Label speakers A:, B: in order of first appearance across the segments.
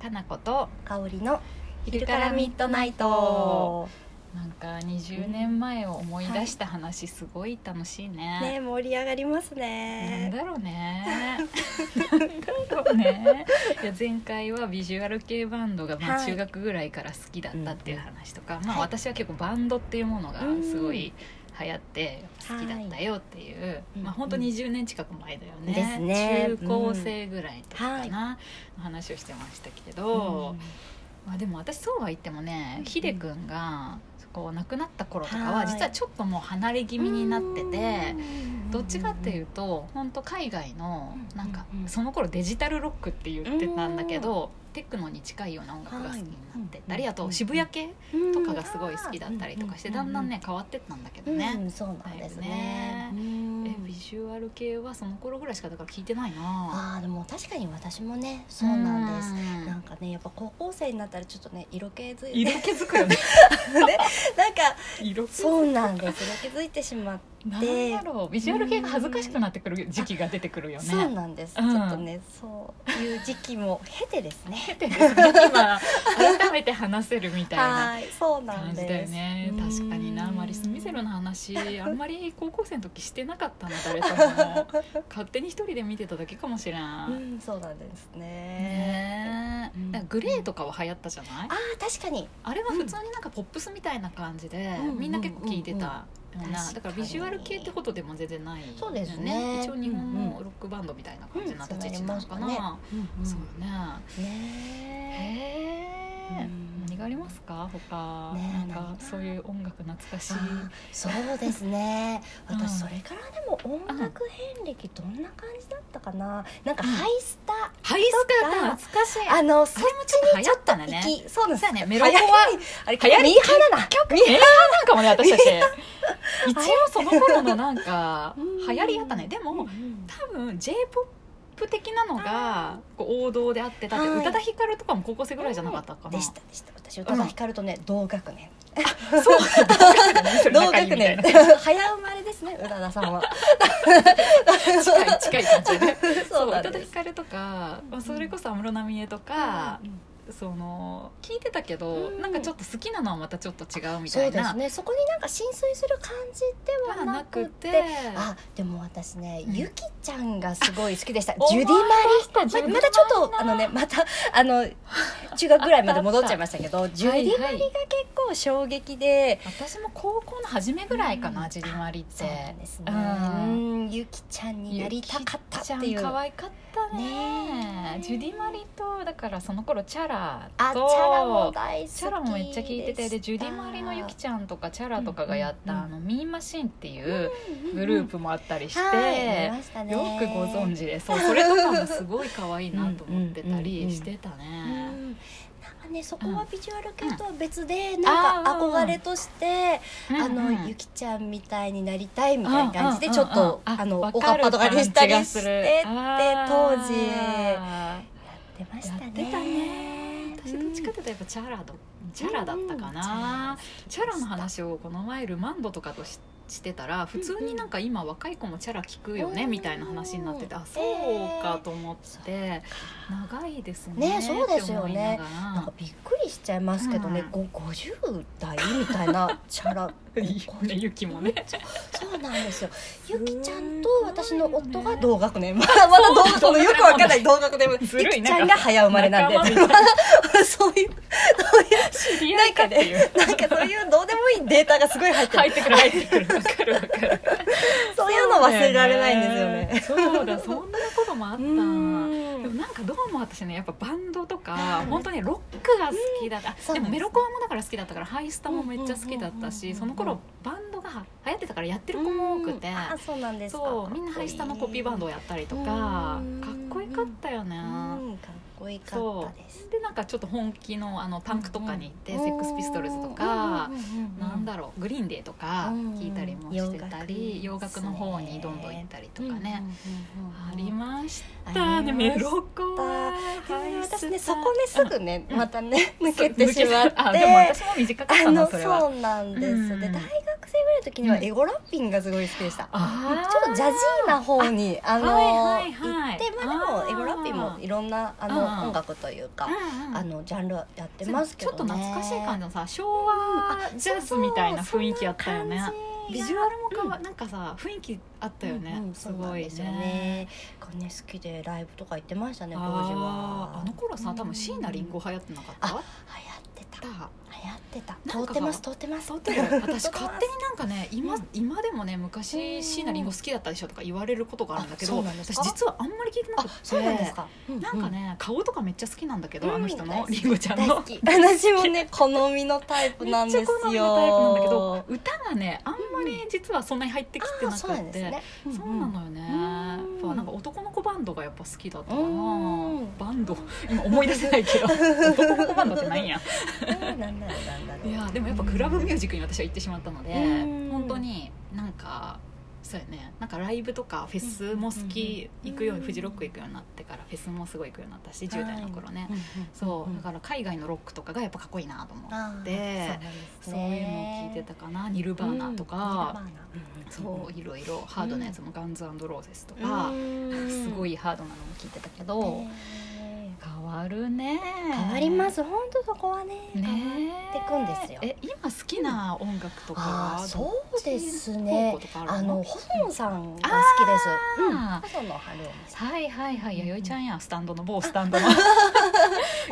A: かなこと
B: 香りの
A: 昼からミッドナイトなんか20年前を思い出した話すごい楽しい
B: ね
A: ね。
B: 盛り上がります
A: なん
B: ね
A: だろうね。なんだろうね。いや前回はビジュアル系バンドがま
B: は
A: あ
B: い
A: 中学ぐらいから好きだったっていう話とか、ま
B: は
A: あ
B: い
A: 私は結構バンドっていうものがすご
B: う
A: い流行って好きだったよっていう、
B: い
A: まあ本当
B: うんうん
A: 20年近く前だよね。
B: ですね
A: 中高生ぐらいとかかな、の話をしてましたけど。まあでも私そうは言ってもね、
B: うん
A: ヒデくんがこう亡くなった頃とか
B: は
A: はい実はちょっともう離れ気味になってて、どっちかっていううと本当海外の
B: うん
A: なんか
B: うんうん
A: その頃デジタルロックって言ってたんだけど、テクノに近いような音楽が好きになってたり、
B: はい
A: あと渋谷系とかがすごい好きだったりとかして、だんだんね変わってったんだけど
B: う
A: ね、
B: んそうなんですね
A: だよね
B: うん
A: えビジュアル系はその頃ぐらいしかだから聞いてないな
B: あーでも確かに私もねそうなんです
A: うん
B: なんかねやっぱ高校生になったらちょっとね色気づいて
A: 色気づくよね
B: なんか
A: 色気づく
B: そうなんです色気づいてしまっ
A: なんだろうビジュアル系が恥ずかしくなってくる時期が出てくるよ
B: て
A: ね。
B: そうなんです、
A: うん
B: ちょっとねそういう時期も経てですね
A: で今改めて話せるみたいな
B: はいそ うなん
A: 感じ
B: です
A: だよね
B: うん
A: 確かになマリス・ミゼロの話あんまり高校生の時してなかったな誰とも勝手に一人で見てただけかもしれな
B: う
A: い、
B: んそうなんですね
A: ねえ
B: うん
A: だからグレーとかは流行ったじゃない
B: あー確かに
A: あれは普通になんかポップスみたいな感じで、
B: うん
A: みんな結構聞いてたような、
B: うんうんうん
A: だからビジュアル系ってことでも全然ないよ、
B: そうですね
A: 一応日本
B: うん
A: の
B: う
A: ロックバンドみたいな感じな立ち位置なのか
B: うんそうなり
A: な、そうだね
B: ね
A: へえ、
B: うん
A: 何がありますか他、
B: ねえ
A: なんか
B: 何
A: そういう音楽懐かしい
B: あーそうですね
A: うん
B: 私それからでも音楽遍歴どんな感じだったかななんか
A: うん
B: ハイスタ、
A: ハイスカート懐かしい
B: あのそっ
A: あ
B: ち
A: れも
B: に
A: ち
B: ち
A: ょ
B: ょ
A: っ
B: っ
A: と流行った
B: と
A: んだね
B: 行きそうなんです
A: そうだねメロコア
B: 早いあれ
A: 流行り
B: ミーハーだなミーハ
A: なんかもね私 たち一応その頃のなんか
B: うん
A: 流行りあったねで
B: ー
A: も多分 j p o p 的なのがこう王道であってだって
B: はい
A: 宇多田ヒカルとかも高校生ぐらいじゃなかったかな、
B: でしたでした私宇多田ヒカルとね、同学年
A: そう同
B: 同学
A: 学年
B: 年早生まれですね宇多田さんは近
A: 近い近い感じで
B: そ
A: そう
B: うな
A: ん宇多田
B: で
A: ヒ
B: す
A: カルとか、まあ、それこそ安室奈美恵とか、
B: うん
A: その聞いてたけど、
B: うん
A: なんかちょっと好きなのはまたちょっと違うみた
B: そう
A: い
B: で
A: な
B: すねそこになんか浸水する感じで
A: が
B: は
A: な
B: な
A: く
B: く
A: て
B: てあでも私ね、
A: うん
B: ゆきちゃんがすごい好きでした
A: お
B: ジ
A: 前
B: ュディ・マ
A: た
B: リままたちょっとあのねまたあの中学ぐらいまで戻っちゃいましたけどジュディ・マリが結構衝撃で、
A: 私も高校の初めぐらいかな、
B: うん
A: ジュリマリって
B: そうなんですね、
A: う
B: うんん、ゆきちゃんになりたかったって
A: ゆき
B: い
A: ちゃん
B: う
A: 可愛かったね
B: ねえ
A: ジュディマリとだからその頃チャラと
B: あチャラも大好きでした
A: チャラもめっちゃ聞いててでジュディマリのゆきちゃんとかチャラとかがやった、
B: うん
A: あのミーマシンっていうグループもあったりして、
B: はい見ましたね
A: よくご存知 でそうそれとかもすごい可愛いなと思ってたりしてた
B: う
A: ね。
B: んなんかねそこは
A: うん
B: ビジュアル系とは別で、なんか憧れとして、あの、ゆきちゃんみたいになりたいみたいな感じで、ちょっと、あの、おかっぱとかでしたりしてって、当時、やってましたね。
A: やってたね私どっちかというとやっぱチャラだチャラだったかな、チャラの話をこの前ルマンドとかとししてたら普通になんか今若い子もチャラ聞くよね
B: うん
A: みたいな話になっててあそうかと思って長いですね
B: ねそうですよねなんかびっくりしちゃいますけどね、
A: うん
B: ご50代みたいなチャラ
A: って 思いながらいいよねゆきもね
B: そうなんですよゆ
A: ごい
B: きちゃんと私の夫
A: よ
B: が
A: ね
B: 同 学年まだまだ同学年よくわかんない同学年ゆ
A: ずるい
B: き
A: ね
B: ちゃんが早生まれなんで
A: 仲間み
B: そういう
A: 知り合いかっていう
B: なんかそういうどうでもいいデータがすごい入ってる
A: 入ってくる入ってくるわかるわかる
B: そういうの忘れられないんですよね。
A: そう だそんなこともあった
B: う
A: でも
B: ん
A: なんかどうも私ねやっぱバンドとか
B: はい
A: 本当にロックが好きだったあ
B: そう
A: で
B: な
A: も
B: んです
A: メロコアもだから好きだったからハイスタもめっちゃ好きだった
B: うん
A: し
B: うん
A: その頃バンドが流行ってたからやってる子も多くて
B: あ、そうなんですか。
A: そうみんなハイスタのコピーバンドをやったりとかか
B: うん
A: っこよかったよね
B: うん、かっこいか
A: そ
B: っ
A: う
B: たです。
A: でなんかちょっと本気のあのパンクとかに行ってセックスピストルズと
B: う
A: か
B: んううう
A: なんだろうグリーンデーとか
B: うん
A: 聞いたりもしてたり
B: 洋
A: 洋
B: 楽
A: 楽の方にどんどん行ったりとかね。
B: うんうんうんうん
A: ありました
B: あり
A: ね
B: ま
A: メ
B: した
A: ロコア
B: で私ねそこ
A: に
B: ねすぐね
A: うん
B: またね抜けてしまって
A: あでも私も短かった
B: あ
A: な
B: の
A: そ
B: そ
A: れは
B: うなんです
A: うん
B: で大学学生ぐらいの時には
A: うん
B: エゴラッピンがすごい好きでした、
A: あ
B: ちょっとジャジーな方にあの、
A: はいはいはい
B: 行ってまあ
A: あ
B: で
A: ー
B: もエゴラッピンもいろんなあ
A: う
B: の
A: ん
B: 音楽というか、
A: ー、うんうん
B: あのジャンルやってますけど、ね、
A: ちょっと懐かしい感じのさ昭和ジャズみたいな雰囲気あったよね
B: そうそうそんな感じ
A: ビ
B: が
A: ジュアルもかわ、なんかさ雰囲気あったよね、
B: うんうん
A: すご
B: そうなん
A: い
B: ですよ
A: ね
B: ねがね好きでライブとか行ってましたね当時
A: あー
B: は
A: あの頃さ多
B: う
A: 分
B: ん
A: 椎名林檎流行ってなかった
B: あ流行ってた
A: だ
B: 流行ってた
A: な
B: 通
A: ん
B: っ
A: か
B: てます通ってます
A: そうだよ私勝手になんかね今,、
B: うん
A: 今でもね昔
B: うん
A: 椎名林檎好きだったでしょとか言われることがあるんだけど
B: あそうなんです
A: 私
B: か
A: 実はあんまり聞いてな
B: あ
A: くて
B: そうなんですか、
A: なんかね、顔とかめっちゃ好きなんだけど、
B: うん
A: あの人
B: 大
A: の
B: 好き
A: りんごちゃん
B: 大
A: の
B: 好き 私もね好みのタイプ
A: め
B: な
A: っ
B: ん
A: ち
B: で
A: ゃ
B: すよ
A: 好みのタイプなんだけど歌がねあんまり実はそんなに入ってきてな
B: あ
A: く
B: そうなん
A: っ
B: です
A: て
B: ね
A: そうなのよね。や
B: うん
A: っぱなんか男の子バンドがやっぱ好きだったか
B: う
A: な。
B: ん
A: バンド今思い出せないけ ど男の子バンドってなんや。
B: うんなんだろうなんだろう
A: いやでもやっぱクラブミュージックに私は行ってしまったので、
B: うん
A: 本当になんか。そうやね、なんかライブとかフェスも好き、
B: うん
A: 行くよう
B: う
A: に
B: ん
A: フジロック行くようになってからフェスもすごい行くようになったし10代の頃ね、
B: はい
A: そううんだから海外のロックとかがやっぱかっこいいなと思って
B: あーそうなんで
A: そ
B: す
A: ういうのを
B: ね
A: 聞いてたかなニルバーナとか、
B: うん
A: そういろいろハードなやつもガンズローゼスと
B: ニルバーナ
A: か、
B: うん
A: すごいハードなのも聞いてたけど、
B: ね
A: 変わるね
B: 変わります本当そこはね
A: ね
B: 変わ変わってくんですよ
A: え今好きな音楽とかは、
B: あー
A: どっち
B: そうです
A: 方
B: ね
A: 向とかある
B: あ
A: の
B: の細野さんが好きです
A: うん
B: うん
A: あ
B: 細野晴臣さん
A: はいはいはい
B: うんうん
A: 弥生ちゃんやスタンドの某スタンドの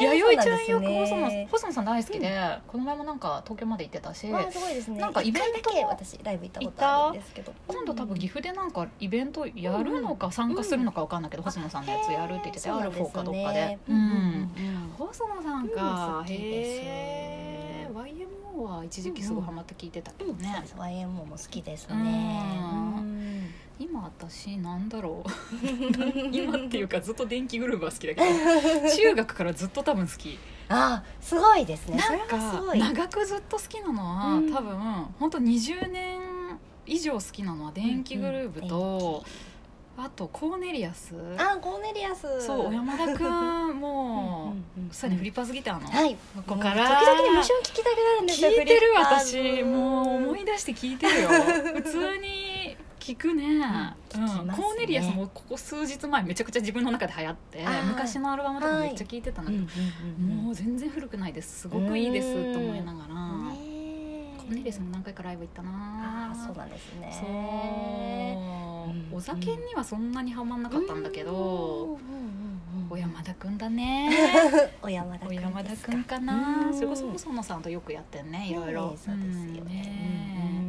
B: え
A: 弥生ちゃん
B: そう
A: よ
B: な
A: く
B: んです
A: 細
B: ね
A: 野細野さん大好きで、この前もなんか東京まで行ってたし
B: わあすごいですね。
A: なんかイベント
B: 一回だけ私ライブ行ったことあるんですけど、
A: 今度多分岐阜でなんかイベントやるのか参加するのかわかんないけど、細野さんのやつやるって言ってて R4 かどっかで
B: うんうん
A: 細野さん
B: うん好
A: か、
B: きです
A: へえ YMO は一時期すごいハマって聞いてたけ
B: う
A: ど
B: んうん。ね
A: ね、、
B: YMO も好きですね。
A: うん
B: うん
A: 今私なんだろう 今っていうかずっと電気グルーヴは好きだけ ど中学からずっと多分好き
B: あ、すごいですね。そ
A: な
B: れ
A: ん
B: はす
A: か
B: ごい。
A: 長くずっと好きなのは、
B: うん
A: 多分本当20年以上好きなのは電気グルーヴと、あとコーネリアス
B: あ、コーネリアス。
A: そう小山田君もう、
B: うんうんうん
A: そうやねフリッパーズギターの、
B: はい。
A: ここから
B: もう時々に無償聞きたくなるんですよ。
A: 聞いてる
B: フリッパーズ
A: 私もう思い出して聞いて るよ普通に聞くね,、うん
B: 聞きますね
A: コーネリアスもここ数日前めちゃくちゃ自分の中で流行って
B: あー
A: 昔のアルバムとかめっちゃ聞いてた
B: う
A: の、
B: んうんうん
A: もう全然古くないですすごくいいですと思いながら、
B: うん。ね
A: コーネリアスも何回かライブ行ったな
B: あー、そうなんですね。
A: そう
B: うん
A: お酒にはそんなにはまんなかったんだけど、
B: うんうんうんうん
A: 小山田くんだ ね
B: 小山田
A: 小
B: 君ですか
A: 山田くんかな
B: うん
A: それこそ細野さんとよくやってんねいろいろ、
B: ねそうですよ
A: うん
B: ね
A: ね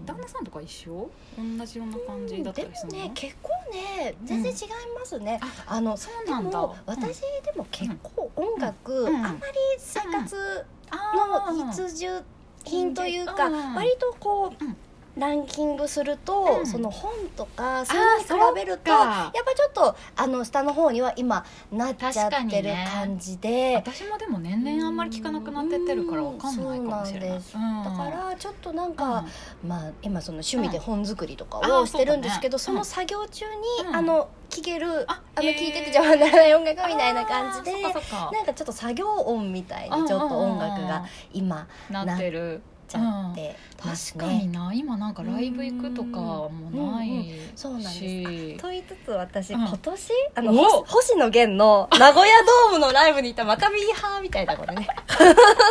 B: うん
A: 旦那さんとか一緒同じような感じだった
B: で
A: りす
B: も
A: るの、
B: ね結構ね全然違いますね、あの
A: そう
B: で
A: なんだ
B: も私でも結構音楽、
A: うん
B: あんまり生活
A: あ
B: の
A: ー
B: 必需品というか、
A: うん
B: 割とこう、
A: うん
B: ランキングすると、
A: うん
B: その本とかそういうのに比べると
A: そっ
B: や
A: か
B: っぱちょっとあの下の方には今なっちゃっ
A: 確かに
B: てる
A: ね
B: 感じで、
A: 私もでも年々あんまり聞かなくなってってるからわかんないかもしれない、
B: うんそうだからちょっとな
A: う
B: ん
A: ん
B: か、まあ、今その趣味で本作りとか
A: うんあ
B: を
A: ー
B: してるんですけど、
A: そ
B: そう
A: だね
B: の作業中に、
A: うん
B: あの聴ける
A: あ
B: あの聴
A: へ
B: い
A: ー
B: てて邪魔にならない音楽みたいな感じで
A: あーそっかそっか
B: なんかちょっと作業音みたいにちょっと音楽が今
A: なってる
B: ちゃってます
A: 確かに
B: ね。
A: な今なんかライブ行くとかもないし、
B: うんうんそうなんですと言いつつ私、
A: うん
B: 今年あ
A: お
B: の星星野源の名古屋ドームのライブに行ったまたミーハーみたい なことね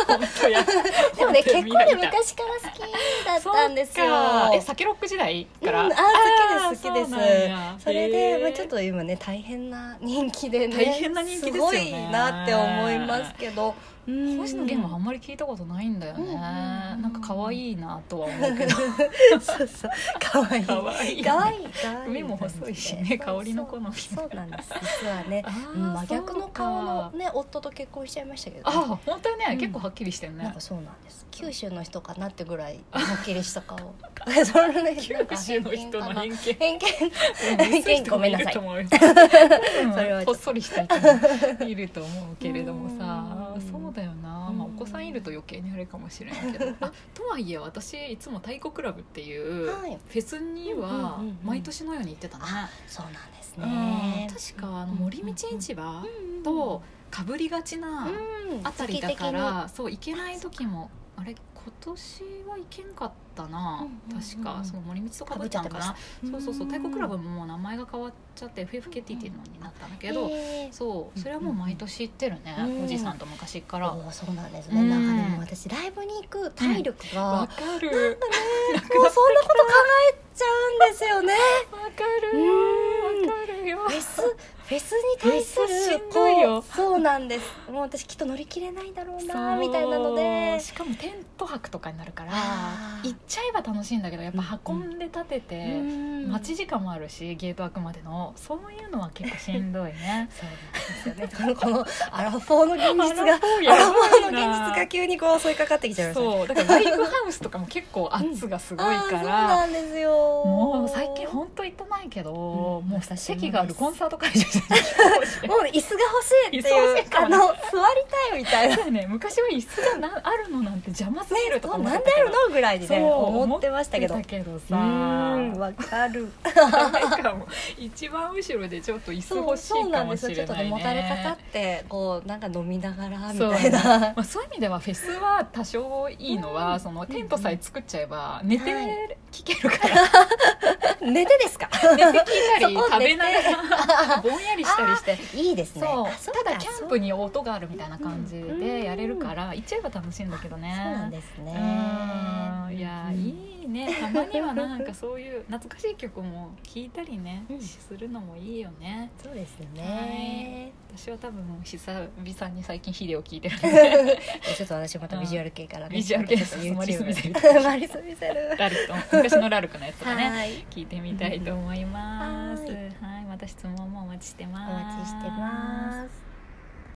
A: 本当や
B: でもね結
A: 本当や見
B: 構ね
A: ない見ない
B: 昔から好きだったんですよ
A: そっかえ酒ロック時代から、
B: うんあー好きです好きです
A: あーうなんや
B: それで、
A: へー
B: まあ、ちょっと今ね大変な人気でね
A: 大変な人気ですよね
B: すごいなって思いますけど
A: 星野源はあんまり聞いたことないんだよね、
B: うんうんうん
A: なんか可愛いなとは思う けど
B: そうそうかわいいかわ
A: 可愛いね
B: いいかわいい
A: 目も細いしね香りの好み
B: そうそうなんです実はね
A: あー
B: うん真逆
A: そ
B: の
A: うか
B: 顔のね夫と結婚しちゃいましたけどね、
A: あ本当にね、
B: うん
A: 結構はっきりしてる
B: なん
A: ね
B: かそうなんです九州の人かなってぐらいはっきりした顔それね
A: 九州の人の偏見
B: 偏見
A: うん薄い人
B: ご
A: も
B: め
A: い
B: んなさ
A: る
B: い
A: と思うよ
B: それはちょっと
A: ほっそりした人もいると思うけれどもさ
B: うん
A: そうだよな、まあ、お子さんいると余計にあれかもしれないけどあとはいえ私いつも太鼓クラブっていう
B: はい
A: フェスには
B: うんうんうんうん
A: 毎年のように行ってたね、
B: あそうなんです
A: うん
B: ね
A: 確かあの森道市場
B: うんうんうん
A: とかぶりがちな
B: うん
A: あたりだから、そう行けない時もあれ今今年はいけんかったな、
B: うんうんうん
A: 確かその森光とかぶっちゃうんか
B: か
A: なそうそうそう太鼓クラブ
B: も
A: ももう名前が変わっちゃって FFK っていうのになったんだけど、
B: えー
A: そうそれはもう毎年行ってるね、
B: うん
A: おじさんと昔から、
B: おーそうなんです
A: う
B: ね
A: ん
B: なんかでも私ライブに行く体力が、
A: わかる
B: もうそんなこと考えちゃうんですよね
A: わか
B: う
A: る
B: ん
A: わかるよ
B: フェスフェスに対す
A: フェスし
B: る
A: んどいよ
B: こうそうなんですもう私きっと乗り切れないだろうなみたいなので
A: しかもテント泊とかになるから
B: あー
A: 行っちゃえば楽しいんだけどやっぱ運んで立てて、
B: うん
A: 待ち時間もあるしゲート開くまでのそういうのは結構しんどいね
B: そうなんですよねこのアラフォーの現実が
A: そう
B: アラフォーの現実が急にこう襲いかかってきちゃいましたね
A: そうだからライブハウスとかも結構圧がすごい
B: あー
A: か
B: そう
A: ら、
B: なんですよ
A: もう最近本当行ってないけど、
B: うん
A: もう
B: 私も
A: 席があるコンサート会場じゃない
B: もう椅子が欲しいっ
A: 椅子
B: てい
A: 欲
B: う
A: しい
B: あ
A: からね
B: の座りたいみたいな
A: そうだよね昔は椅子がなあるのなんて邪魔すぎるとか
B: そう
A: 思っ
B: な
A: て
B: んで
A: た
B: あ
A: け
B: る
A: ど
B: のぐらいでね
A: そう
B: 思ってましたけど
A: だけどさ
B: うんわかる
A: なんかもう一番後ろでちょっと椅子
B: そう
A: 欲し
B: そう
A: い
B: な
A: か
B: んで
A: も
B: す
A: し
B: よちょ
A: れ
B: っと
A: ない
B: ね
A: ね
B: もたれかかってこうなんか飲みながらみ
A: そう
B: たいな
A: まあ、そういう意味ではフェスは多少いいのは、
B: うん
A: そのテントさえ作っちゃえば寝て
B: はい
A: 聞けるから、
B: 寝てですか
A: 寝て聞いたり
B: そこ
A: 食
B: 寝て
A: べながらぼんやりしたりして
B: いいですね
A: そう
B: あか
A: ただキャンプに音があるみたいな感じ
B: うんうん
A: でやれるから行っちゃえば楽しいんだけどね
B: そうなんですね
A: うんいやいいねたまにはなんかそういう懐かしい曲も聴いたりね、
B: うん
A: するのもいいよね
B: そうですね
A: 私は多分もう久々に最近ヒデを聴いてる
B: ちょっと私またビジュアル系からね
A: ビジュアル系
B: ちょっと YouTube
A: マリス見せる
B: マリス見せる
A: ラルクの昔のラルクのやつとかね
B: はい
A: 聞いてみたいと思います。
B: は
A: はいい、また質問もお待ちして
B: お
A: ます。
B: 待ちしてます